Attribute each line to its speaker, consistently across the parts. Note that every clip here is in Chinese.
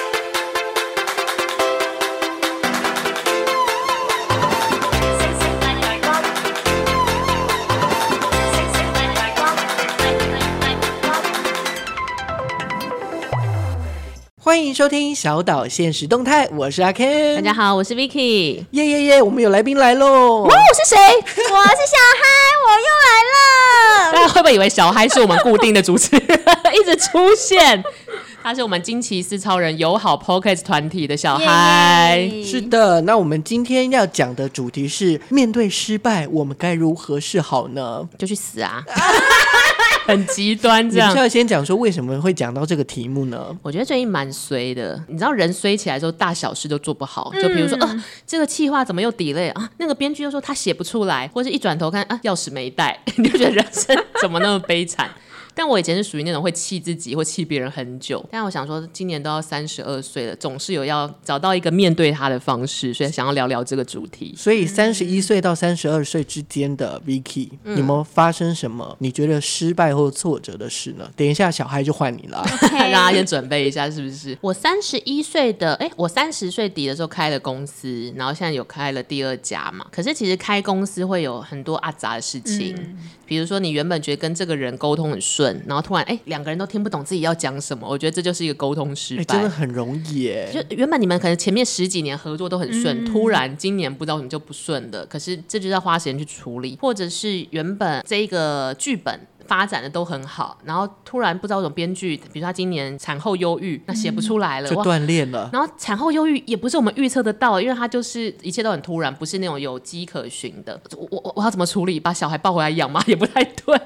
Speaker 1: 啊
Speaker 2: 欢迎收听小岛现实动态，我是阿 Ken。
Speaker 3: 大家好，我是 Vicky。
Speaker 2: 耶耶耶！我们有来宾来喽
Speaker 3: 哦！，是 谁？
Speaker 1: 我是小嗨，我又来了。
Speaker 3: 大家会不会以为小嗨是我们固定的主持人，一直出现？他是我们惊奇四超人友好 p o c k e t 团体的小 嗨。
Speaker 1: 耶
Speaker 2: 是的，那我们今天要讲的主题是：面对失败，我们该如何是好呢？
Speaker 3: 就去死啊！ 很极端
Speaker 2: 你
Speaker 3: 这
Speaker 2: 们是
Speaker 3: 样。
Speaker 2: 要先讲说为什么会讲到这个题目呢？
Speaker 3: 我觉得最近蛮衰的，你知道人衰起来之后，大小事都做不好。就比如说，呃，这个企划怎么又 delay 啊？那个编剧又说他写不出来，或者一转头看啊，钥匙没带， 你就觉得人生怎么那么悲惨？ 但我以前是属于那种会气自己或气别人很久，但我想说，今年都要三十二岁了，总是有要找到一个面对他的方式，所以想要聊聊这个主题。
Speaker 2: 所以三十一岁到三十二岁之间的 Vicky，、有
Speaker 3: 嗯
Speaker 2: 没有发生什么你觉得失败或挫折的事呢？等一下，小孩就换你了。
Speaker 3: 让大家先准备一下，是不是？我三十一岁的，哎、我三十岁底的时候开了公司，然后现在有开了第二家嘛。可是其实开公司会有很多阿杂的事情，比如说你原本觉得跟这个人沟通很顺，然后突然哎两、个人都听不懂自己要讲什么，我觉得这就是一个沟通失
Speaker 2: 哎、
Speaker 3: 败。
Speaker 2: 真的很容易耶、
Speaker 3: 就原本你们可能前面十几年合作都很顺，突然今年不知道怎么就不顺了，可是这就是要花时间去处理，或者是原本这一个剧本。发展的都很好，然后突然不知道怎么编剧，比如说他今年产后忧郁，那写不出来了，
Speaker 2: 就
Speaker 3: 哇
Speaker 2: 锻炼了。
Speaker 3: 然后产后忧郁也不是我们预测得到的，因为它就是一切都很突然，不是那种有迹可循的。我我我要怎么处理？把小孩抱回来养吗？也 不太对，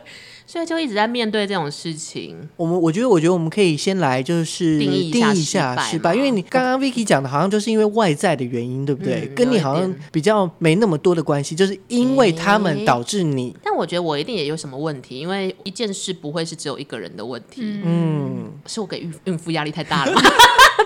Speaker 3: 所以就一直在面对这种事情。
Speaker 2: 我们我觉得，我觉得我们可以先来就是
Speaker 3: 定义一下
Speaker 2: 定义一下
Speaker 3: 失败嘛
Speaker 2: 失败，因为你刚刚 Vicky 讲的，好像就是因为外在的原因，对不对？
Speaker 3: 嗯
Speaker 2: 跟你好
Speaker 3: 有一
Speaker 2: 像比较没那么多的关系，就是因为他们导致你，
Speaker 3: 但我觉得我一定也有什么问题，因为一件事不会是只有一个人的问题。
Speaker 2: 嗯，
Speaker 3: 是我给孕孕妇压力太大了 吗？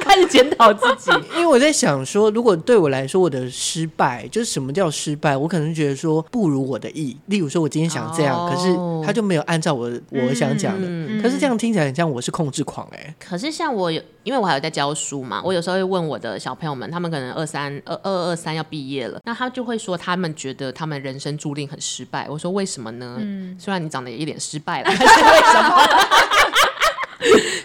Speaker 3: 开始检讨自己。
Speaker 2: 因为我在想说，如果对我来说，我的失败就是什么叫失败？我可能觉得说不如我的意，例如说我今天想这样，
Speaker 3: 哦嗯
Speaker 2: 可是他就没有按照我我想讲的，可是这样听起来很像我是控制狂哎、
Speaker 3: 可是像我有，因为我还有在教书嘛，我有时候会问我的小朋友们，他们可能二三二二二三要毕业了，那他就会说他们觉得他们人生注定很失败。我说为什么呢？虽然你长得也一脸失败了，但是 为什么？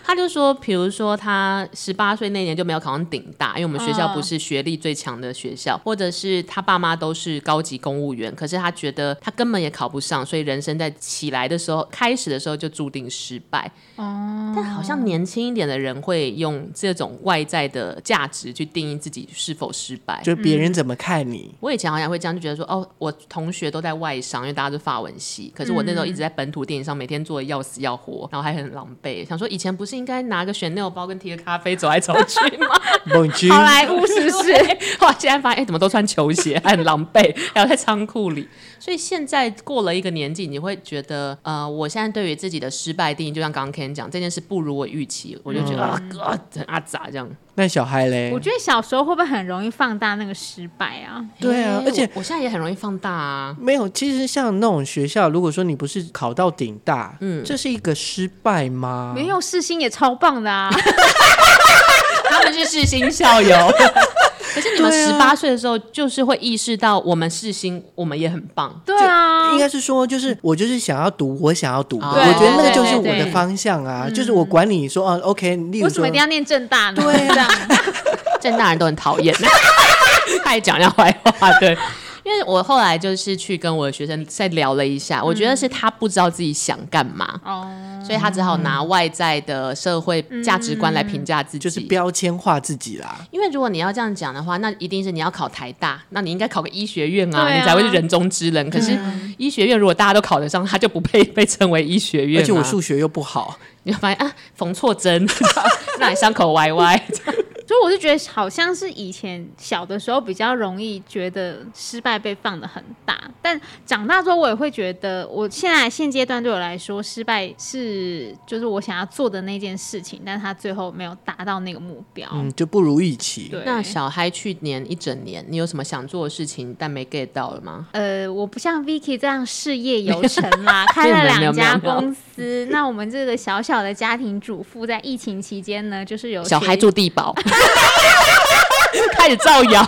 Speaker 3: 他就说，比如说他十八岁那年就没有考上顶大，因为我们学校不是学历最强的学校，或者是他爸妈都是高级公务员，可是他觉得他根本也考不上，所以人生在起来的时候，开始的时候就注定失败。但好像年轻一点的人会用这种外在的价值去定义自己是否失败。
Speaker 2: 就别人怎么看 你，
Speaker 3: 我以前好像会这样，就觉得说，哦，我同学都在外商，因为大家都法文系，可是我那时候一直在本土电影上，每天做的要死要活，然后还很狼狈。想说以前不是应该拿个选 l 包跟提个咖啡走来走去吗？
Speaker 2: 猛军
Speaker 3: 好莱坞是 不是？哇，现在发现哎、怎么都穿球鞋，还很狼狈， 还有在仓库里。所以现在过了一个年纪，你会觉得，呃，我现在对于自己的失败定义，就像刚刚 Ken 讲，这件事不如我预期，我就觉得、啊啊，很阿杂这样。
Speaker 2: 那小孩嘞
Speaker 1: 我，觉得小时候会不会很容易放大那个失败啊？
Speaker 2: 对啊
Speaker 3: 哎
Speaker 2: 而且
Speaker 3: 我我现在也很容易放大啊。
Speaker 2: 没有，其实像那种学校，如果说你不是考到顶大，嗯，
Speaker 3: 嗯
Speaker 2: 这是一个失败吗？
Speaker 1: 没，有世新也超棒的 啊！
Speaker 3: 他们是世新校 友。可是你们
Speaker 2: 对啊
Speaker 3: 十八岁的时候，就是会意识到我们世新，我们也很棒。
Speaker 1: 对啊
Speaker 2: 应，该是说，就是我就是想要读我想要读的，
Speaker 3: 哦
Speaker 2: 我觉得那个
Speaker 3: 对对
Speaker 2: 就是我
Speaker 1: 对
Speaker 2: 的
Speaker 1: 对
Speaker 2: 方向啊，就是我管你说哦，OK，例如
Speaker 1: 为什
Speaker 2: 说
Speaker 1: 么一定要念正大呢？
Speaker 2: 对啊
Speaker 1: 这样
Speaker 3: 正大人都很讨厌， 太讲人家坏话，对。因为我后来就是去跟我的学生再聊了一下，我觉得是他不知道自己想干嘛，
Speaker 1: 哦，
Speaker 3: 所以他只好拿外在的社会价值观来评价自
Speaker 2: 嗯
Speaker 3: 己。
Speaker 2: 就是标签化自己啦。
Speaker 3: 因为如果你要这样讲的话，那一定是你要考台大，那你应该考个医学院啊，
Speaker 1: 对啊
Speaker 3: 你才会是人中之人。可是医学院如果大家都考得上，他就不配被称为医学院、啊。
Speaker 2: 而且我数学又不好，
Speaker 3: 你会发现啊，缝错针，那你伤口歪歪。
Speaker 1: 所以我是觉得好像是以前小的时候比较容易觉得失败被放的很大，但长大之后我也会觉得，我现在现阶段对我来说，失败是就是我想要做的那件事情，但是他最后没有达到那个目标。
Speaker 2: 嗯，就不如预期。
Speaker 1: 对，
Speaker 3: 那小嗨去年一整年，你有什么想做的事情但没 get 到了吗？
Speaker 1: 呃，我不像 Vicky 这样事业有成 啦，开了
Speaker 3: 没有
Speaker 1: 两
Speaker 3: 没有
Speaker 1: 家
Speaker 3: 没有
Speaker 1: 公司。那我们这个小小的家庭主妇，在疫情期间呢，就是有
Speaker 3: 小
Speaker 1: 学
Speaker 3: 嗨住地堡，开始造谣。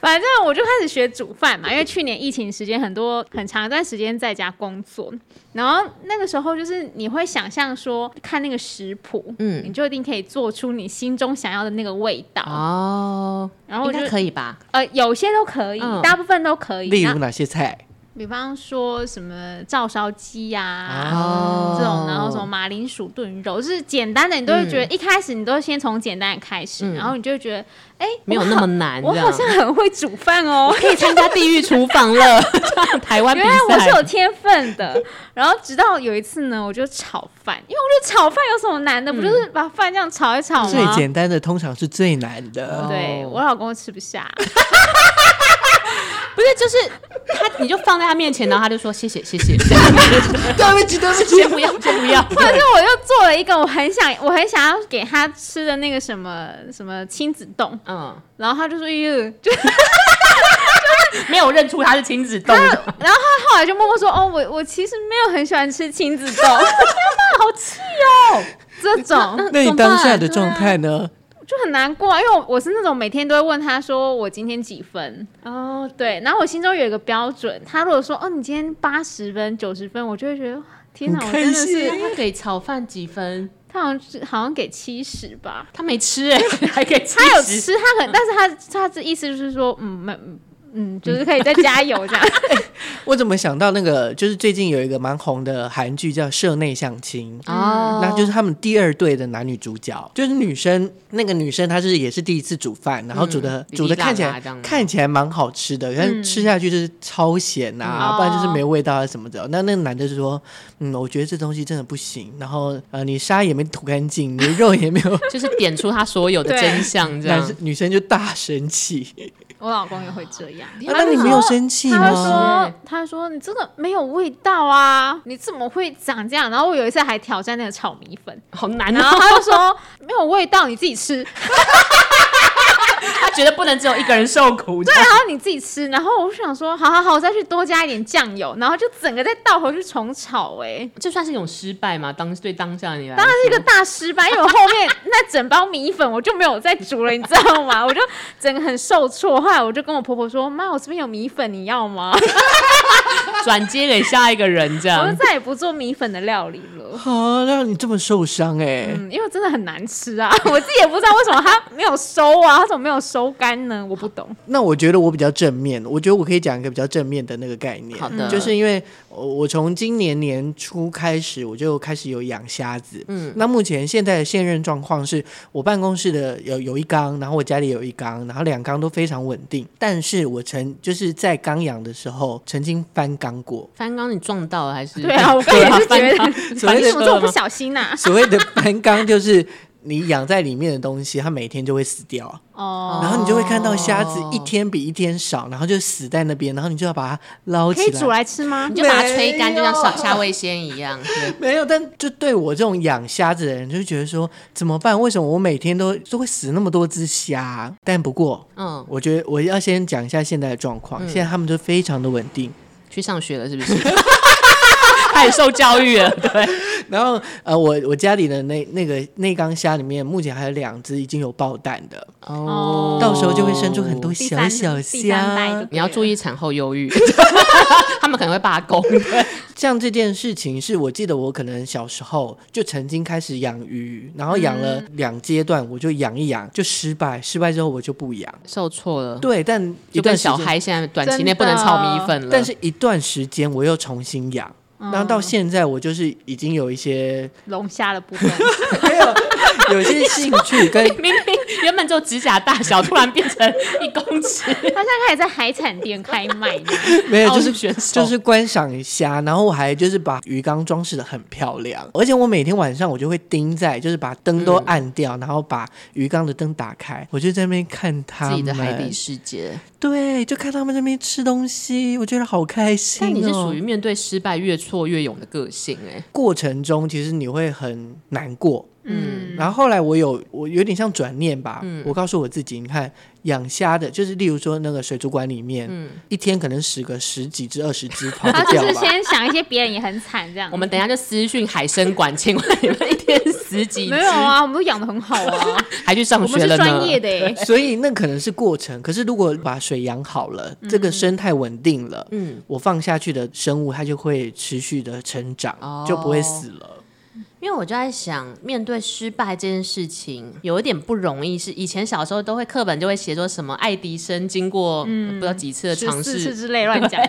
Speaker 1: 反正我就开始学煮饭嘛，因为去年疫情时间很多很长一段时间在家工作，然后那个时候就是你会想象说看那个食谱，嗯，你就一定可以做出你心中想要的那个味道，
Speaker 3: 哦，
Speaker 1: 然后我
Speaker 3: 应
Speaker 1: 就
Speaker 3: 该可以吧？
Speaker 1: 呃有些都可以，
Speaker 3: 嗯
Speaker 1: 大部分都可以。
Speaker 2: 例
Speaker 1: 那
Speaker 2: 如哪些菜？
Speaker 1: 比方说什么照烧鸡呀、
Speaker 3: 哦
Speaker 1: 这种，然后什么马铃薯炖肉，就是简单的，你都会
Speaker 3: 嗯
Speaker 1: 觉得、一开始你都先从简单的开始，然后你就会觉得，哎、
Speaker 3: 没有
Speaker 1: 我
Speaker 3: 那
Speaker 1: 好
Speaker 3: 么难，啊
Speaker 1: 我
Speaker 3: 这
Speaker 1: 好
Speaker 3: 样
Speaker 1: 像很会煮饭哦，
Speaker 3: 可以参加地狱厨房了， 像台湾比
Speaker 1: 原来我是
Speaker 3: 赛
Speaker 1: 有天分 的。然后直到有一次呢，我就炒饭，因为我觉得炒饭有什么难的，不就是把饭这样炒一炒
Speaker 2: 最
Speaker 1: 吗？
Speaker 2: 简单的通常是最难的。
Speaker 1: 对
Speaker 3: 哦
Speaker 1: 我老公吃不下，
Speaker 3: 不是就是他，你就放在他面前，然后他就说谢谢谢 谢，
Speaker 2: 对不起，对不起，
Speaker 3: 先不要先不要，
Speaker 1: 反正我就做了一个我很想我很想要给他吃的那个什么什么亲子冻，
Speaker 3: 嗯，
Speaker 1: 然后他就说，哎呦，就
Speaker 3: 没有认出他是亲子冻，好
Speaker 1: 然后他后来就默默说，哦，我我其实没有很喜欢吃亲子冻
Speaker 3: 气！哦
Speaker 1: 这种。
Speaker 2: 那你当下的状态呢？
Speaker 1: 就很难过啊，因为我我是那种每天都会问他说我今天几分，
Speaker 3: 哦，
Speaker 1: 对，然后我心中有一个标准，他如果说哦你今天八十分九十分，我就会觉得哇天哪，
Speaker 2: 很
Speaker 1: 我
Speaker 2: 开
Speaker 1: 真的
Speaker 2: 心
Speaker 1: 是
Speaker 3: 那他给炒饭几分？
Speaker 1: 他好像是好像给七十吧，
Speaker 3: 他没吃哎， 还给七
Speaker 1: 他有
Speaker 3: 十，
Speaker 1: 吃，他可能但是他他的意思就是说嗯没嗯嗯就是可以再加油这样，
Speaker 2: 我怎么想到那个？就是最近有一个蛮红的韩剧叫《社内相亲》。
Speaker 3: 哦
Speaker 2: 那就是他们第二队的男女主角，就是女生，那个女生她是也是第一次煮饭，然后煮的、
Speaker 3: 嗯
Speaker 2: 煮的看起
Speaker 3: 哩哩啦啦
Speaker 2: 来
Speaker 3: 这样，
Speaker 2: 看起来蛮好吃的，但是吃下去就是超咸啊，
Speaker 1: 嗯
Speaker 2: 不然就是没味道啊什么的。那那个男的就说，嗯，我觉得这东西真的不行，然后呃，你沙也没吐干净，你的肉也没有
Speaker 3: 就是点出他所有的
Speaker 1: 对
Speaker 3: 真相，这
Speaker 2: 男
Speaker 3: 样
Speaker 2: 生。女生就大生 气。
Speaker 1: 我老公也会这样。
Speaker 2: 啊那你没有生气
Speaker 1: 他会
Speaker 2: 吗？
Speaker 1: 说：“他会说你这个没有味道啊，你怎么会长这样？”然后我有一次还挑战那个炒米粉，
Speaker 3: 好难
Speaker 1: 然后
Speaker 3: 哦，
Speaker 1: 他就说：“没有味道，你自己吃。”
Speaker 3: 他觉得不能只有一个人受 苦，对啊
Speaker 1: 对，然后你自己吃，然后我就想说，好好好，我再去多加一点酱油，然后就整个再倒回去重炒、哎，
Speaker 3: 这算是一种失败吗？当对当下你来说，
Speaker 1: 当然是一个大失败，因为我后面那整包米粉我就没有再煮了，你知道吗？我就 整个很受挫，后来我就跟我婆婆说，妈，我这边有米粉，你要吗？
Speaker 3: 转接给下一个人这
Speaker 1: 我就
Speaker 3: 样。
Speaker 1: 再也不做米粉的料理了。
Speaker 2: 啊，让你这么受伤哎、
Speaker 1: 嗯，因为真的很难吃啊， 我自己也不知道为什么它没有收啊，它怎么没有收干呢？我不懂。
Speaker 2: 那我觉得我比较正面，我觉得我可以讲一个比较正面的那个概念。
Speaker 3: 好的
Speaker 2: 就是因为我我从今年年初开始，我就开始有养虾子。嗯，那目前现在的现任状况是我办公室的有有一缸，然后我家里有一缸，然后两缸都非常稳定。但是我曾就是在刚养的时候，曾经翻缸过。
Speaker 3: 翻缸你撞到了还是？
Speaker 1: 对
Speaker 2: 嗯
Speaker 1: 啊，我刚也是 觉得，
Speaker 2: 翻车
Speaker 1: 你怎么这么 不
Speaker 3: 吗
Speaker 1: 小心啊呐、
Speaker 2: 所谓的翻缸，就是你养在里面的东西，它每天就会死掉。
Speaker 1: 哦，
Speaker 2: 然后你就会看到虾子
Speaker 3: 哦
Speaker 2: 一天比一天少，然后就死在那边，然后你就要把它捞
Speaker 1: 可
Speaker 2: 起
Speaker 1: 以煮
Speaker 2: 来。
Speaker 1: 来吃吗
Speaker 3: 你？就把它吹
Speaker 2: 没
Speaker 3: 干，就像
Speaker 2: 有
Speaker 3: 夏夏威鲜一样。对
Speaker 2: 没有，但就对我这种养虾子的人，就觉得说怎么办？为什么我每天都都会死那么多只虾？但不过，
Speaker 3: 嗯，
Speaker 2: 我觉得我要先讲一下现在的状况。现在他们就非常的稳定，
Speaker 3: 去上学了是不是？ 他也受教育了，对，
Speaker 2: 然后呃，我我家里的那那个那缸虾里面，目前还有两只已经有爆蛋的，
Speaker 1: 哦
Speaker 2: 到时候就会生出很多
Speaker 1: 第
Speaker 2: 小
Speaker 1: 三
Speaker 2: 小
Speaker 1: 第三代就
Speaker 2: 虾。
Speaker 3: 你要注意产后忧 郁，他们可能会罢工。对
Speaker 2: 像这件事情，是我记得我可能小时候就曾经开始养鱼，然后养了
Speaker 3: 嗯
Speaker 2: 两阶段，我就养一养就失败，失败之后我就不养。
Speaker 3: 受挫了，
Speaker 2: 对，但一
Speaker 3: 就
Speaker 2: 段
Speaker 3: 跟
Speaker 2: 时间
Speaker 3: 小孩现在短期内不能炒米粉了。
Speaker 2: 但是一段时间我又重新养，
Speaker 3: 嗯
Speaker 2: 然后到现在我就是已经有一些
Speaker 1: 龙虾的部分，
Speaker 2: 有一些兴趣跟
Speaker 3: 明明原本就指甲大小，突然变成一公 尺，
Speaker 1: 他现在开始在海产店开卖呢。
Speaker 2: 没有就
Speaker 3: 奥
Speaker 2: 是
Speaker 3: 运选手
Speaker 2: 就是观赏虾，然后我还就是把鱼缸装饰的很漂亮，而且我每天晚上我就会盯在，就是把灯
Speaker 3: 嗯
Speaker 2: 都暗掉，然后把鱼缸的灯打开，我就在那边看它
Speaker 3: 自
Speaker 2: 们嗯
Speaker 3: 己的海底世界。
Speaker 2: 对，就看他们在那边吃东西，我觉得好开心、哦。
Speaker 3: 但你是属于面对失败越挫越勇的个性哎、
Speaker 2: 过程中，其实你会很难过，
Speaker 1: 嗯，
Speaker 3: 嗯
Speaker 2: 然后后来我有我有点像转念吧，我告诉我自己，你看养虾的，就是例如说那个水族馆里面，
Speaker 3: 嗯
Speaker 2: 一天可能死个十几只、二十只跑
Speaker 1: 他
Speaker 2: 不
Speaker 1: 就
Speaker 2: 掉
Speaker 1: 是
Speaker 2: 吧。
Speaker 1: 先想一些别人也很惨这样。
Speaker 3: 我们等一下就私讯海参馆，请问你们一天十几只
Speaker 1: 没有啊，我们都养的很好 啊，
Speaker 3: 还去上
Speaker 1: 我们
Speaker 3: 学
Speaker 1: 是
Speaker 3: 了呢？
Speaker 1: 专业的哎、
Speaker 2: 所以那可能是过程，可是如果把水养好了，这个生态稳定了，
Speaker 3: 嗯，
Speaker 2: 我放下去的生物它就会持续的成长，
Speaker 3: 哦
Speaker 2: 就不会死了。
Speaker 3: 因为我就在想，面对失败这件事情有一点不容易。是以前小时候都会课本就会写说什么爱迪生经过、
Speaker 2: 嗯
Speaker 3: 不知道几次的 尝
Speaker 1: 14次
Speaker 3: 试，
Speaker 1: 之类乱 讲。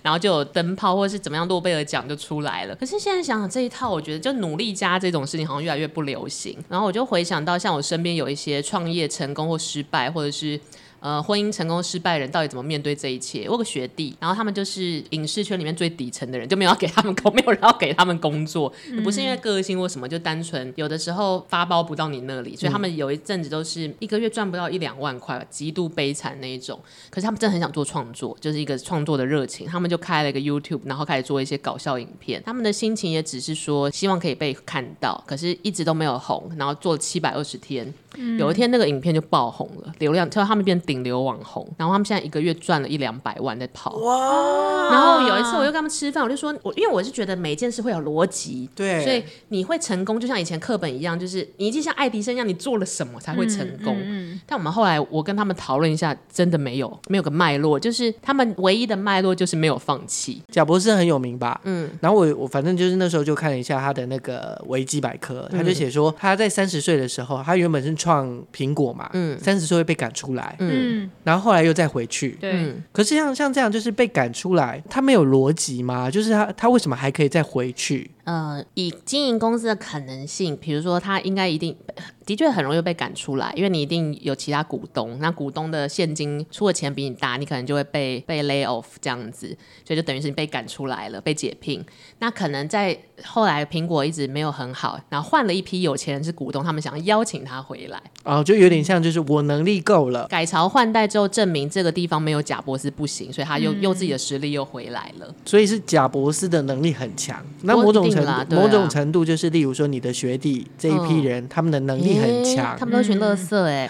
Speaker 3: 然后就有灯泡或是怎么样诺贝尔奖就出来了。可是现在想想这一套，我觉得就努力加这种事情好像越来越不流行。然后我就回想到，像我身边有一些创业成功或失败，或者是。呃，婚姻成功失败的人到底怎么面对这一切？我有个学弟，然后他们就是影视圈里面最底层的人，就没有要给他们工，没有人要给他们工作，不是因为个性或什么，就单纯有的时候发包不到你那里，所以他们有一阵子都是一个月赚不到一两万块，极度悲惨那一种。可是他们真的很想做创作，就是一个创作的热情，他们就开了一个 YouTube，然后开始做一些搞笑影片。他们的心情也只是说希望可以被看到，可是一直都没有红，然后做七百二十天，有一天那个影片就爆红了，流量，他们变顶流网红，然后他们现在一个月赚了一两百万在跑。
Speaker 2: 哇，
Speaker 3: 然后有一次我就跟他们吃饭，我就说，我因为我是觉得每一件事会有逻辑，
Speaker 2: 对
Speaker 3: 所以你会成功，就像以前课本一样，就是你就像爱迪生一样，你做了什么才会成功。但我们后来我跟他们讨论一下，真的没有没有个脉络，就是他们唯一的脉络就是没有放弃。
Speaker 2: 贾博士很有名吧？嗯，然后我我反正就是那时候就看了一下他的那个维基百科，他
Speaker 3: 嗯
Speaker 2: 就写说他在三十岁的时候，他原本是创苹果嘛，嗯，三十岁会被赶出来，
Speaker 1: 嗯，
Speaker 2: 然后后来又再回去。
Speaker 1: 对，
Speaker 2: 可是像像这样就是被赶出来，他没有逻辑吗？就是他他为什么还可以再回去？
Speaker 3: 呃，以经营公司的可能性，比如说他应该一定的确很容易被赶出来，因为你一定有其他股东，那股东的现金出的钱比你大，你可能就会被被 lay off 这样子，所以就等于是你被赶出来了，被解聘。那可能在后来苹果一直没有很好，然后换了一批有钱人是股东，他们想要邀请他回来，
Speaker 2: 哦，就有点像就是我能力够了，
Speaker 3: 改朝换代之后证明这个地方没有贾博士不行，所以他又、用自己的实力又回来了。
Speaker 2: 所以是贾博士的能力很强。那
Speaker 3: 不
Speaker 2: 某
Speaker 3: 一定
Speaker 2: 种程度，
Speaker 3: 啦对啊
Speaker 2: 某种程度就是例如说你的学弟这一批人，他们的能力很强嗯
Speaker 3: 欸他。们都是群乐 色哎。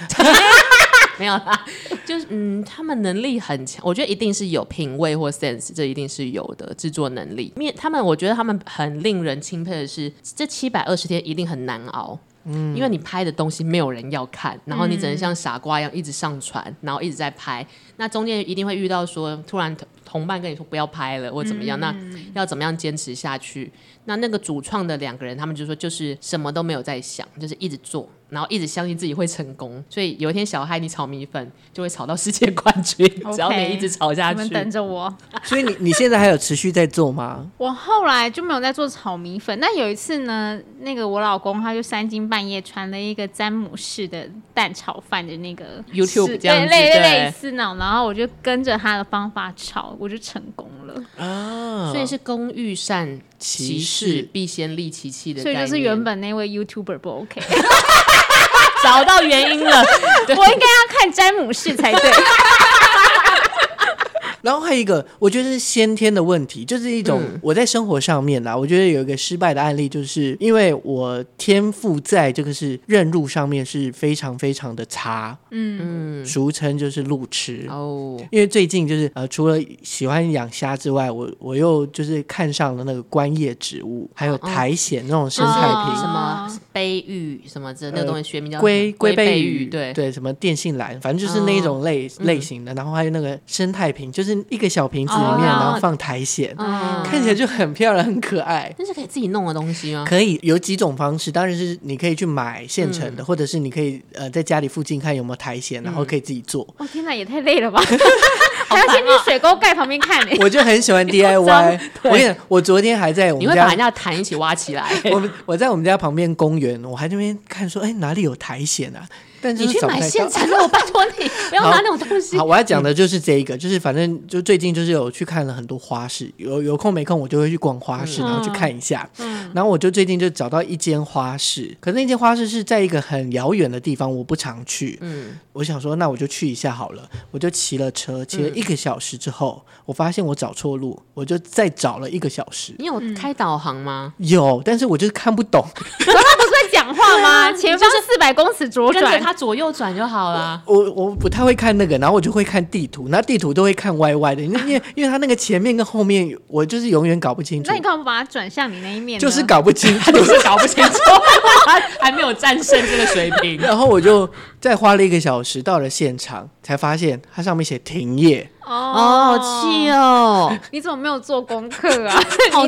Speaker 3: 没有啦，就是嗯，他们能力很强，我觉得一定是有品味或 sense，这一定是有的制作能力。面他们，我觉得他们很令人钦佩的是，这七百二十天一定很难熬，嗯，因为你拍的东西没有人要看，然后你
Speaker 1: 嗯
Speaker 3: 只能像傻瓜一样一直上传，然后一直在拍，那中间一定会遇到说突然同同伴跟你说不要拍了或怎么样，
Speaker 1: 嗯
Speaker 3: 那要怎么样坚持下去？那那个主创的两个人，他们就说就是什么都没有在想，就是一直做，然后一直相信自己会成功。所以有一天小孩你炒米粉就会炒到世界冠军
Speaker 1: OK
Speaker 3: 只要你一直炒下
Speaker 1: 你们
Speaker 3: 去。
Speaker 1: 等着我。
Speaker 2: 所以你你现在还有持续在做吗？
Speaker 1: 我后来就没有在做炒米粉。那有一次呢，那个我老公他就三更半夜传了一个詹姆士的蛋炒饭的那个
Speaker 3: YouTube
Speaker 1: 是
Speaker 3: 这样
Speaker 1: 对
Speaker 3: 子
Speaker 1: 类
Speaker 3: 对
Speaker 1: 类似那种，然后我就跟着他的方法炒，我就成功了。
Speaker 2: 啊
Speaker 1: 嗯
Speaker 3: 所以是工欲善其
Speaker 2: 其
Speaker 3: 事
Speaker 2: 事，
Speaker 3: 必先利其器的
Speaker 1: 所
Speaker 3: 概
Speaker 1: 以
Speaker 3: 念。
Speaker 1: 就是原本那位 YouTuber 不 OK，
Speaker 3: 找到原因 了，对
Speaker 1: 我应该要看詹姆士才 对。
Speaker 2: 然后还有一个，我觉得是先天的问题，就是一种我在生活上面啦，我觉得有一个失败的案例，就是因为我天赋在这个是认路上面是非常非常的差，嗯，俗称就是路痴。
Speaker 3: 哦，
Speaker 2: 因为最近就是呃，除了喜欢养虾之外，我我又就是看上了那个观叶植物，还有苔藓那种生态
Speaker 1: 哦
Speaker 3: 什
Speaker 2: 瓶，
Speaker 3: 么悲玉什么之类的那个东西学名叫
Speaker 2: 龟龟
Speaker 3: 呃龟
Speaker 2: 背
Speaker 3: 背
Speaker 2: 鱼，
Speaker 3: 对，
Speaker 2: 对，哦嗯什么电信兰，反正就是那一种类类型的。然后还有那个生态瓶，就是一个小瓶子里面，
Speaker 1: 哦
Speaker 2: 然后放苔藓，
Speaker 3: 嗯，
Speaker 2: 看起来就很漂亮、很可爱。
Speaker 3: 那是可以自己弄的东西吗？
Speaker 2: 可以有几种方式，当然是你可以去买现成的，或者是你可以呃在家里附近看有没有苔藓，然后可以自己做。
Speaker 1: 我、哦天哪，也太累了 吧！啊还要先去水沟盖旁边 看呢、
Speaker 2: 我就很喜欢 DIY。我 跟你讲，我昨天还在我
Speaker 3: 你
Speaker 2: 们
Speaker 3: 会把
Speaker 2: 家
Speaker 3: 人，家的痰一起挖起来。
Speaker 2: 我们我在我们家旁边公园，我还在那边看说，哎、哪里有苔藓啊？但是
Speaker 3: 你去
Speaker 2: 找不
Speaker 3: 买
Speaker 2: 太
Speaker 3: 现
Speaker 2: 到
Speaker 3: 成的，我拜托你，不要拿那种东 西
Speaker 2: 好，。我要讲的就是这一个，就是反正就最近就是有去看了很多花市，有有空没空我就会去逛花市，
Speaker 1: 嗯
Speaker 2: 然后去看一下。然后我就最近就找到一间花市，可是那间花市是在一个很遥远的地方，我不常去。
Speaker 3: 嗯，
Speaker 2: 我想说，那我就去一下好了。我就骑了车，骑了
Speaker 1: 嗯
Speaker 2: 一个小时之后，我发现我找错路，我就再找了一个小时。
Speaker 3: 你有开导航吗？
Speaker 2: 有，但是我就是看不懂。
Speaker 1: 他不是在讲话吗？前方四百公尺左
Speaker 3: 跟着
Speaker 1: 转，
Speaker 3: 它左右转就好啦。
Speaker 2: 我我不太会看那个，然后我就会看地图，那地图都会看歪歪的，因为因为因为它那个前面跟后面，我就是永远搞不清楚
Speaker 1: 那你，干嘛不把它转向你那一面呢？
Speaker 2: 就是搞不 清楚。
Speaker 3: 就是搞不清楚，还还没有战胜这个水平。
Speaker 2: 然后我就再花了一个小时到了现场，才发现它上面写停业，
Speaker 1: 哦啊
Speaker 3: 哦，气！哦，
Speaker 1: 你怎么没有做功课 啊？
Speaker 3: 好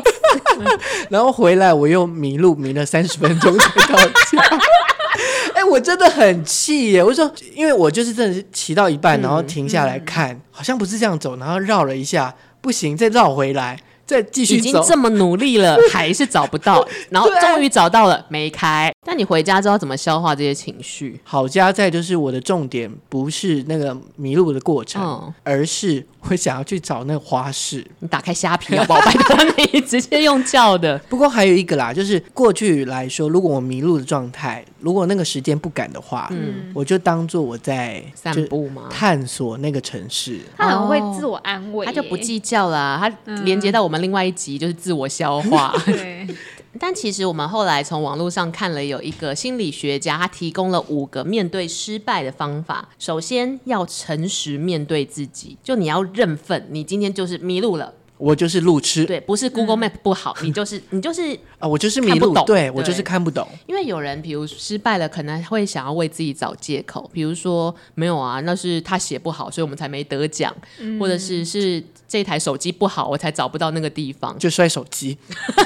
Speaker 2: 然后回来我又迷路，迷了三十分钟才到家。 哎、我真的很气耶！我说，因为我就是真的是骑到一
Speaker 3: 嗯
Speaker 2: 半，然后停下来看，好像不是这样走，然后绕了一下，不行，再绕回来，再继续
Speaker 3: 已经
Speaker 2: 走。
Speaker 3: 这么努力了，还是找不 到，然后
Speaker 2: 对啊
Speaker 3: 终于找到了，没开。但你回家之后怎么消化这些情绪？
Speaker 2: 好家在就是我的重点不是那个迷路的过程，
Speaker 3: 嗯
Speaker 2: 而是我想要去找那个花市。
Speaker 3: 你打开虾皮好不好？拜托你直接用叫 的。
Speaker 2: 不过还有一个啦，就是过去来说，如果我迷路的状态，如果那个时间不赶的话，
Speaker 1: 嗯
Speaker 2: 我就当做我在
Speaker 3: 散
Speaker 2: 就
Speaker 3: 步吗？
Speaker 2: 探索那个城市。
Speaker 1: 他很会自我安慰耶，
Speaker 3: 他就不计较啦，他连接到我们另外一集就是自我消化。
Speaker 1: 对，
Speaker 3: 嗯但其实我们后来从网络上看了有一个心理学家，他提供了五个面对失败的方法。首先要诚实面对自己，就你要认份，你今天就是迷路了，
Speaker 2: 我就是路痴
Speaker 3: 对，不是 Google Map 不好，你就是你就是
Speaker 2: 啊，我就是迷
Speaker 3: 看不
Speaker 2: 路，
Speaker 3: 懂
Speaker 2: 对我
Speaker 3: 对
Speaker 2: 就是看不懂。
Speaker 3: 因为有人，比如失败了，可能会想要为自己找借口，比如说没有啊，那是他写不好，所以我们才没得奖，或者是是这台手机不好，我才找不到那个地方，
Speaker 2: 就摔手机，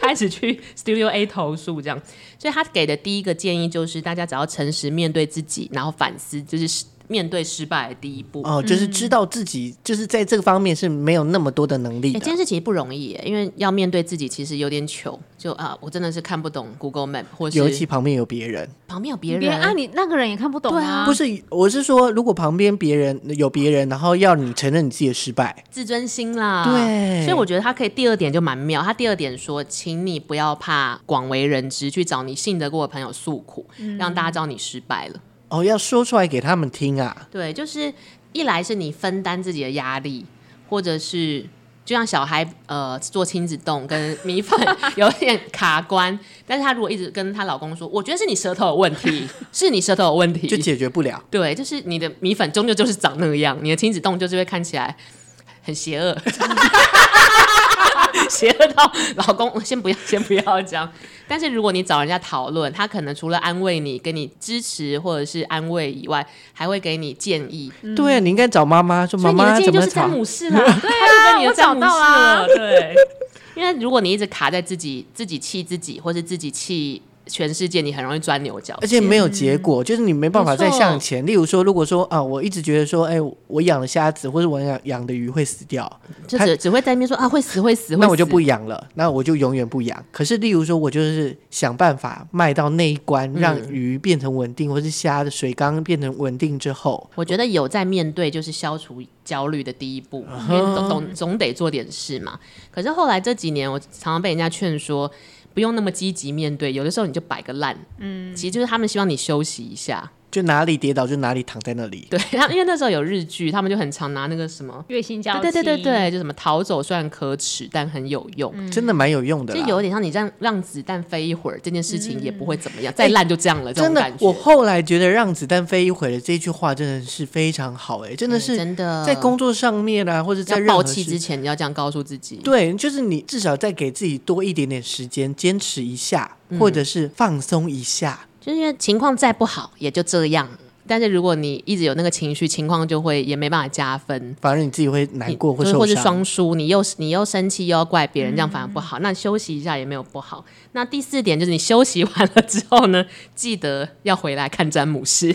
Speaker 3: 开始去 Studio A 投诉这样。所以他给的第一个建议就是，大家只要诚实面对自己，然后反思，就是失面对失败的第一步。
Speaker 2: 哦、就是知道自己就是在这个方面是没有那么多的能力
Speaker 3: 哎、这
Speaker 2: 的。
Speaker 3: 件事其实不容易耶，因为要面对自己，其实有点糗。就啊，我真的是看不懂 Google Map，或
Speaker 2: 尤其
Speaker 3: 是
Speaker 2: 旁边有别人，
Speaker 3: 旁边有别
Speaker 1: 别
Speaker 3: 人
Speaker 1: 人啊，你那个人也看不懂
Speaker 3: 对啊
Speaker 2: 不是，我是说，如果旁边别人有别人，然后要你承认你自己的失败，
Speaker 3: 自尊心啦，
Speaker 2: 对
Speaker 3: 所以我觉得他可以第二点就蛮妙。他第二点说，请你不要怕广为人知，去找你信得过的朋友诉苦，
Speaker 2: 嗯
Speaker 3: 让大家知道你失败了。
Speaker 2: 哦，要说出来给他们听啊。
Speaker 3: 对，就是一来是你分担自己的压力，或者是就像小孩呃做亲子冻跟米粉 有点卡关，但是她如果一直跟她老公说，我觉得是你舌头有问 题，是你舌头有问题，
Speaker 2: 就解决不了。
Speaker 3: 对，就是你的米粉终究就是长那样，你的亲子冻就是会看起来很邪恶， 邪恶到老公先不要，先不要这样。但是如果你找人家讨论，他可能除了安慰你、给你支持或者是安慰以外，还会给你建议。
Speaker 2: 对啊，你应该找妈妈，说
Speaker 3: 嗯所
Speaker 2: 妈
Speaker 3: 以你
Speaker 2: 妈怎
Speaker 3: 的建议就
Speaker 2: 么
Speaker 3: 是詹
Speaker 2: 吵？
Speaker 3: 姆士啦，对 啊，你的詹姆士
Speaker 1: 我找到啦
Speaker 3: 了， 对。因为如果你一直卡在自己自己气自己，或是自己气全世界，你很容易钻牛角
Speaker 2: 而
Speaker 3: 尖。
Speaker 2: 且没有结
Speaker 3: 嗯
Speaker 2: 果，就是你没办法再向前。例如说，如果说啊，我一直觉得说，哎，我养的虾子或者我养养的鱼会死掉，
Speaker 3: 就
Speaker 2: 他
Speaker 3: 只只会在那边说啊会死会死，会
Speaker 2: 那我就
Speaker 3: 死
Speaker 2: 不养了，那我就永远不养。可是，例如说，我就是想办法卖到那一关，让
Speaker 3: 嗯
Speaker 2: 鱼变成稳定，或是虾的水缸变成稳定之后，
Speaker 3: 我觉得有在面对，就是消除焦虑的第一步，
Speaker 2: 啊
Speaker 3: 因为总总总得做点事嘛。可是后来这几年，我常常被人家劝说，不用那么积极面对，有的时候你就摆个烂，嗯，其实就是他们希望你休息一下。
Speaker 2: 就哪里跌倒就哪里躺在那里。
Speaker 3: 对，他因为那时候有日剧，他们就很常拿那个什么，
Speaker 1: 月薪交
Speaker 3: 对对对对 对，就什么逃走虽然可耻，但很有用。
Speaker 2: 真的蛮有用的
Speaker 3: 嗯就
Speaker 2: 啦，
Speaker 3: 有点像你让让子弹飞一会儿，这件事情也不会怎么样，再烂就这样了，这
Speaker 2: 哎真
Speaker 3: 种
Speaker 2: 的
Speaker 3: 感，觉。
Speaker 2: 我后来觉得“让子弹飞一会儿”的这句话真的是非常好、哎，真的
Speaker 3: 嗯
Speaker 2: 是
Speaker 3: 真的
Speaker 2: 在工作上面啊，或者在
Speaker 3: 要
Speaker 2: 任
Speaker 3: 爆
Speaker 2: 何
Speaker 3: 气
Speaker 2: 事
Speaker 3: 之前，你要这样告诉自己，
Speaker 2: 对，就是你至少再给自己多一点点时间，坚持一下，
Speaker 3: 嗯
Speaker 2: 或者是放松一下。
Speaker 3: 就是因为情况再不好也就这样，但是如果你一直有那个情绪，情况就会也没办法加分。
Speaker 2: 反而你自己会难
Speaker 3: 你
Speaker 2: 过或
Speaker 3: 就是
Speaker 2: 受
Speaker 3: 或是
Speaker 2: 伤，嗯
Speaker 3: 双输，你又你又生气又要怪别人，这样反而不好。那休息一下也没有不好。那第四点就是 你休息完了之后呢，记得要回来看詹姆士，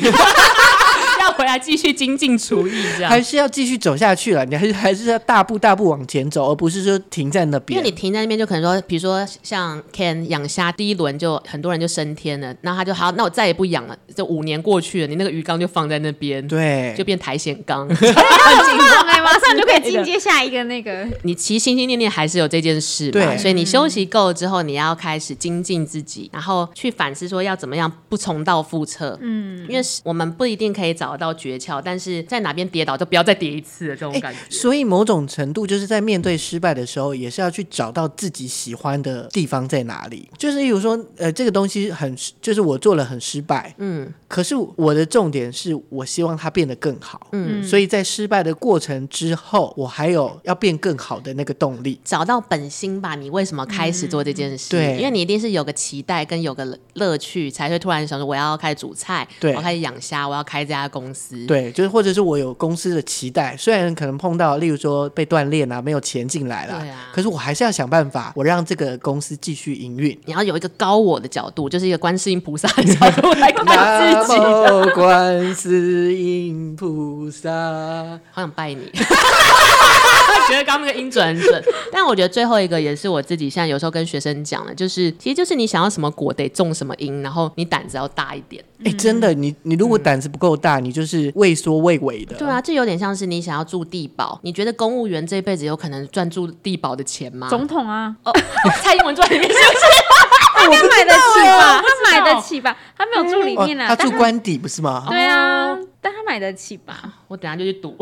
Speaker 3: 要回来继续精进厨艺这样
Speaker 2: 还。是要继续走下去了，你还是还是要大步大步往前走，而不是说停在那
Speaker 3: 因为
Speaker 2: 边
Speaker 3: 你。停在那边，就可能说，比如说像 Ken 养虾，第一轮就很多人就升天了，那他就好，那我再也不养了。这五年过去了，你那个鱼缸就放在那边，
Speaker 2: 对，
Speaker 3: 就变苔藓缸。
Speaker 1: 哇没 马上就可以进阶下一个那个。
Speaker 3: 你其实心心念念还是有这件事嘛，
Speaker 2: 对
Speaker 3: 所以你休息够之后，你要开始精进自己，然后去反思说要怎么样不重蹈覆辙。嗯，因为是我们不一定可以找得到诀窍，但是在哪边跌倒就不要再跌一次了，这种
Speaker 2: 哎
Speaker 3: 感觉。
Speaker 2: 所以某种程度就是在面对失败的时候，也是要去找到自己喜欢的地方在哪里。就是例如说，呃，这个东西很，就是我做了很失败，
Speaker 3: 嗯
Speaker 2: 可是我的重点是我希望它变得更好。
Speaker 3: 嗯，
Speaker 2: 所以在失败的过程之后，我还有要变更好的那个动力。
Speaker 3: 找到本心吧，你为什么开始做这件
Speaker 2: 嗯
Speaker 3: 事？
Speaker 2: 对
Speaker 3: 因为你一定是有个期待跟有个乐趣，才会突然想说我要开始煮菜，我
Speaker 2: 对
Speaker 3: 要开始养虾，我要开这家公司。
Speaker 2: 对，就是或者是我有公司的期待，虽然可能碰到，例如说被断裂啊，没有钱进来啦，
Speaker 3: 对啊
Speaker 2: 可是我还是要想办法，我让这个公司继续营 运。
Speaker 3: 你要有一个高我的角度，就是一个观世音菩萨的角度来看
Speaker 2: 南
Speaker 3: 自己，
Speaker 2: 无观世音菩萨，
Speaker 3: 好想拜你。 觉得刚刚那个音准很准，但我觉得最后一个也是我自己现在有时候跟学生讲的，就是其实就是你想要什么果得种什么因，然后你胆子要大一点。
Speaker 2: 哎、真的，你你如果胆子不够大，你就是畏缩畏尾的。
Speaker 3: 对啊，这有点像是你想要住地堡，你觉得公务员这辈子有可能赚住地堡的钱吗？
Speaker 1: 总统啊，
Speaker 3: 哦，蔡英文赚里面是不是？
Speaker 2: 哎
Speaker 1: 他应该买得起吧？他买得
Speaker 3: 道
Speaker 1: 起吧？他没有住里
Speaker 2: 哦
Speaker 1: 面，啊，
Speaker 2: 他
Speaker 1: 但
Speaker 2: 住官邸不是
Speaker 3: 哦
Speaker 2: 吗？
Speaker 1: 对啊，但他买得起吧？
Speaker 3: 我等下就去 赌，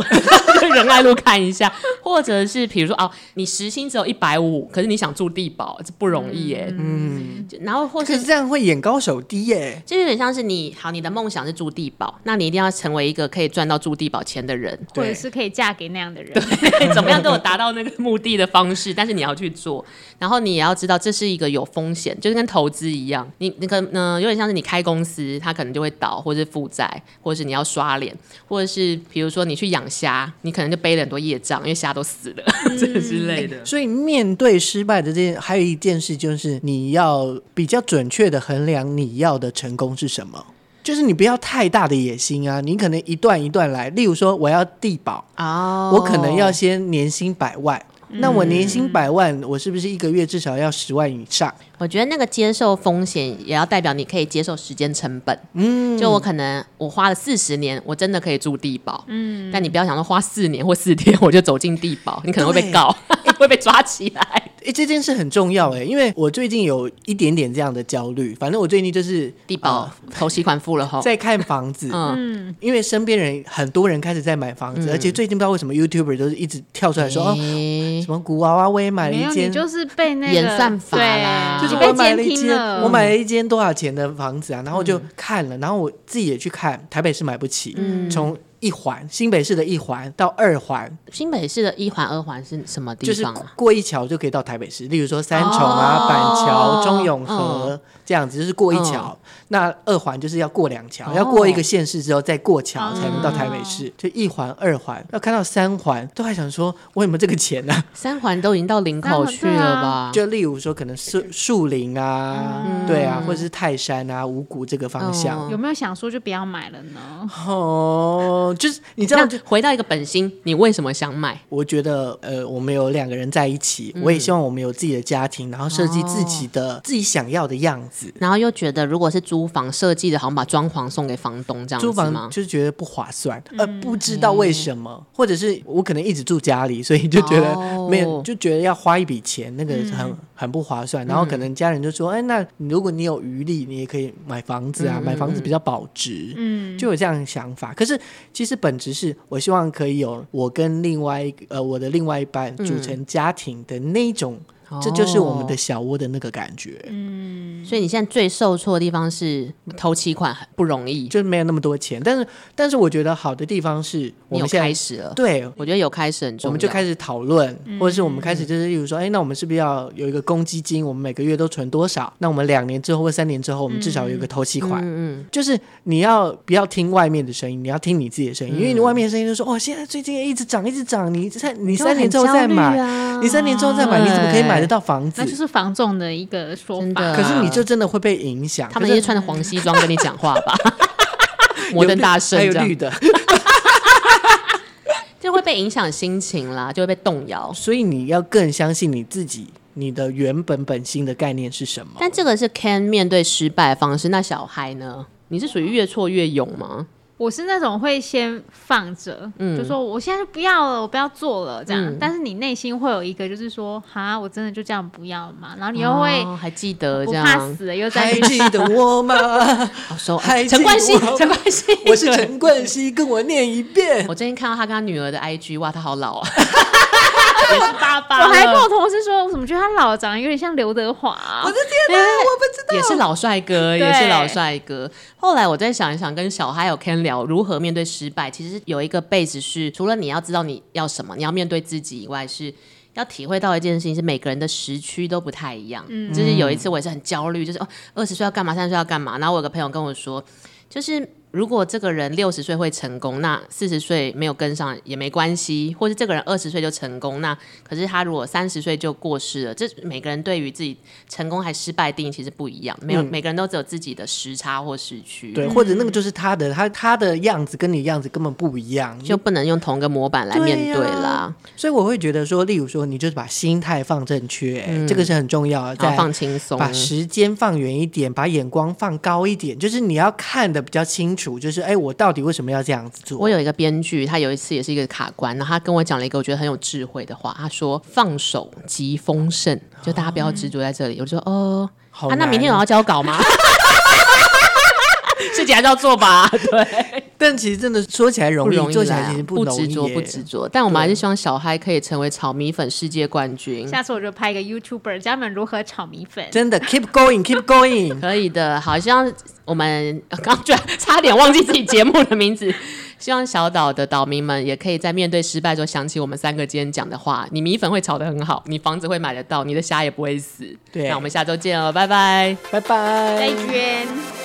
Speaker 3: 去仁爱路看一下，或者是比如说哦，你时薪只有一百五，可是你想住地堡，这不容易耶。
Speaker 2: 嗯，
Speaker 3: 就然后或
Speaker 2: 可
Speaker 3: 是
Speaker 2: 是这样会眼高手低耶、
Speaker 3: 这有点像是你好，你的梦想是住地堡，那你一定要成为一个可以赚到住地堡钱的人，
Speaker 1: 或
Speaker 2: 对
Speaker 1: 者是可以嫁给那样的人？
Speaker 3: 怎么样都有达到那个目的的方式，但是你要去做，然后你也要知道这是一个有风险，就是跟投资一样，你那个呢、有点像是你开公司，它可能就会倒，或是负债，或者是你要刷脸，或者是比如说你去养虾，你可能就背了很多业障，因为虾都死了、 这之类的。
Speaker 2: 所以面对失败的这件，还有一件事就是你要比较准确的衡量你要的成功是什么。就是你不要太大的野心啊，你可能一段一段来。例如说，我要地保，
Speaker 3: 哦
Speaker 2: 我可能要先年薪百万。那我年薪百万，我是不是一个月至少要十万以上？
Speaker 3: 我觉得那个接受风险，也要代表你可以接受时间成本。嗯，就我可能我花了四十年，我真的可以住地堡。嗯，但你不要想说花四年或四天我就走进地堡，你可能会被
Speaker 2: 对
Speaker 3: 告， 会被抓起来。
Speaker 2: 诶，这件事很重要诶，因为我最近有一点点这样的焦虑。反正我最近就是
Speaker 3: 地堡
Speaker 2: 啊
Speaker 3: 头期款付了
Speaker 2: 呃
Speaker 3: 后，
Speaker 2: 在看房子，
Speaker 3: 嗯，
Speaker 1: 嗯，
Speaker 2: 因为身边人很多人开始在买房子，而且最近不知道为什么 YouTuber 都是一直跳出来说、哦，
Speaker 3: 诶
Speaker 2: 什么古娃娃我也买了
Speaker 1: 没
Speaker 2: 一
Speaker 1: 有，你
Speaker 2: 间，
Speaker 1: 就是被那个
Speaker 3: 演算法啦
Speaker 2: 就
Speaker 1: 对
Speaker 2: 是
Speaker 1: 你被
Speaker 2: 我买
Speaker 1: 监
Speaker 2: 了一
Speaker 1: 听
Speaker 2: 间，
Speaker 1: 了。
Speaker 2: 我买了一间多少钱的房子啊？然后就看了，然后我自己也去看，台北市买不起，
Speaker 1: 嗯
Speaker 2: 从一环新北市的一环到二环，
Speaker 3: 新北市的一环、二环是什么地
Speaker 2: 就是
Speaker 3: 方啊？
Speaker 2: 过一桥就可以到台北市，例如说三重啊、
Speaker 3: 哦
Speaker 2: 板桥、中永和、这样子，就是过一
Speaker 1: 嗯
Speaker 2: 桥。那二环就是要过两桥，
Speaker 3: 哦
Speaker 2: 要过一个县市之后再过桥才能到台北
Speaker 1: 哦
Speaker 2: 市，就一环、二环，要看到三环都还想说我有没有这个钱呢、啊？
Speaker 3: 三环都已经到林口去了吧？
Speaker 2: 就例如说，可能树树林啊，
Speaker 3: 嗯
Speaker 2: 对啊，或者是泰山啊、五谷这个方向。
Speaker 1: 有没有想说就不要买了 呢？
Speaker 2: 哦，就是你知道
Speaker 3: 那
Speaker 2: 就。
Speaker 3: 回到一个本心，你为什么想买？
Speaker 2: 我觉得，呃，我们有两个人在一起，
Speaker 3: 嗯
Speaker 2: 我也希望我们有自己的家庭，然后设计自己
Speaker 3: 哦
Speaker 2: 的、自己想要的样子。
Speaker 3: 然后又觉得如果是租房设计的，好像把装潢送给房东这样子
Speaker 2: 租
Speaker 3: 吗？嗯
Speaker 2: 房就是觉得不划算，呃，不知道为什么，或者是我可能一直住家里，所以就觉
Speaker 3: 哦嗯
Speaker 2: 得没有，就觉得要花一笔钱，那个很、很不划算。然后可能家人就说，哎，那你如果你有余力，你也可以买房子
Speaker 3: 嗯
Speaker 2: 啊，买房子比较保值。
Speaker 1: 嗯，
Speaker 2: 就有这样的想法。可是其实本质是我希望可以有我跟另外一个呃我的另外一半
Speaker 3: 嗯
Speaker 2: 组成家庭的那一种，
Speaker 3: 哦
Speaker 2: 这就是我们的小窝的那个感觉，
Speaker 1: 嗯
Speaker 2: 嗯
Speaker 3: 所以你现在最受挫的地方是投期款很不容易，
Speaker 2: 就是没有那么多钱。但是但是我觉得好的地方是我
Speaker 3: 你有
Speaker 2: 们现
Speaker 3: 开
Speaker 2: 在
Speaker 3: 始了。嗯
Speaker 2: 对。
Speaker 3: 我觉得有开始很重要，
Speaker 2: 我们就开始讨论，或者是我们开始就是，例如说，哎、那我们是不是要有一个公积金？我们每个月都存多少？那我们两年之后或三年之后，我们至少有一个投期款。
Speaker 3: 嗯嗯，
Speaker 2: 就是你要不要听外面的声音，你要听你自己的声音，因为你外面的声音就说哦，现在最近一直涨，一直涨，你三你三年之后再买，
Speaker 3: 啊
Speaker 2: 你三年之后再买，
Speaker 3: 对
Speaker 2: 你怎么可以买得到房子
Speaker 1: 那？就是房仲的一个说
Speaker 3: 真的
Speaker 1: 法。
Speaker 2: 可是你就真的会被影响。
Speaker 3: 他们
Speaker 2: 可
Speaker 3: 就 是是穿着黄西装跟你讲话吧，摩登大圣
Speaker 2: 还有
Speaker 3: 这样
Speaker 2: 绿。的，
Speaker 3: 会被影响心情啦，就会被动摇。
Speaker 2: 所以你要更相信你自己，你的原本本心的概念是什么？
Speaker 3: 但这个是 Ken 面对失败的方式，那小孩呢？你是属于越挫越勇吗？
Speaker 1: 我是那种会先放着，
Speaker 2: 嗯
Speaker 1: 就说我现在就不要了，我不要做了这样。但是你内心会有一个，就是说，哈，我真的就这样不要了嘛？然后你又会
Speaker 3: 哦还记得
Speaker 1: 不
Speaker 3: 这
Speaker 1: 怕
Speaker 3: 样，
Speaker 1: 死了，又在
Speaker 2: 还
Speaker 1: 那边
Speaker 2: 记得我吗？
Speaker 3: 好熟。
Speaker 2: 还
Speaker 3: 哎
Speaker 2: 记
Speaker 3: 陈冠希，
Speaker 2: 得我
Speaker 3: 陈冠希，
Speaker 2: 我是陈冠希，跟我念一遍。
Speaker 3: 我最近看到他跟他女儿的 IG，哇，他好老啊！
Speaker 1: 爸爸。我还跟我同事说，我怎么觉得他老了长得有点像刘德华、啊
Speaker 2: 我的天哪，我不知道。
Speaker 3: 也是老帅哥，
Speaker 1: 对
Speaker 3: 也是老帅哥。后来我再想一想，跟小孩有 Ken 聊如何面对失败，其实有一个 base 是，除了你要知道你要什么，你要面对自己以外是。要体会到一件事情是每个人的时区都不太一样，就是有一次我也是很焦虑，就是哦，二十岁要干嘛，三十岁要干嘛。然后我有个朋友跟我说，就是如果这个人六十岁会成功，那四十岁没有跟上也没关系，或是这个人二十岁就成功，那可是他如果三十岁就过世了，这每个人对于自己成功还失败定义其实不一样，没有、每个人都只有自己的时差或时
Speaker 2: 嗯
Speaker 3: 区，
Speaker 2: 对，，或者那个就是他的，他他的样子跟你样子根本不一样。
Speaker 3: 就不能用同一个模板来面对
Speaker 2: 对
Speaker 3: 啦
Speaker 2: 呀，所以我会觉得说，例如说，你就是把心态放正确，这个是很重要的。
Speaker 3: 然
Speaker 2: 再
Speaker 3: 嗯后放轻松，
Speaker 2: 把时间放远一点，把眼光放高一点，就是你要看的比较清楚，就是哎，我到底为什么要这样子做？
Speaker 3: 我有一个编剧，他有一次也是一个卡关，然后他跟我讲了一个我觉得很有智慧的话，他说：“放手即丰盛，就大家不要执着在这里。我就说：“哦，
Speaker 2: 好
Speaker 3: 啊，那
Speaker 2: 难
Speaker 3: 明天有要交稿 吗？”事情还是要做吧，
Speaker 2: 但其实真的说起来容
Speaker 3: 不
Speaker 2: 易，
Speaker 3: 容易
Speaker 2: 做起
Speaker 3: 啦
Speaker 2: 来其实
Speaker 3: 不
Speaker 2: 容易
Speaker 3: 执着，
Speaker 2: 耶
Speaker 3: 不执着。但我们还是
Speaker 2: 对
Speaker 3: 希望小嗨可以成为炒米粉世界冠军，
Speaker 1: 下次我就拍一个 YouTuber，教他们如何炒米粉。
Speaker 2: 真的 keep going，keep going。
Speaker 3: 可以的。好，希望我们呃刚居然差点忘记自己节目的名字。 希望小岛的岛民们也可以在面对失败的时候想起我们三个今天讲的话。你米粉会炒得很好，你房子会买得到，你的虾也不会死。
Speaker 2: 对
Speaker 3: 那我们下周见哦，拜拜。
Speaker 2: 拜拜，
Speaker 1: 再见。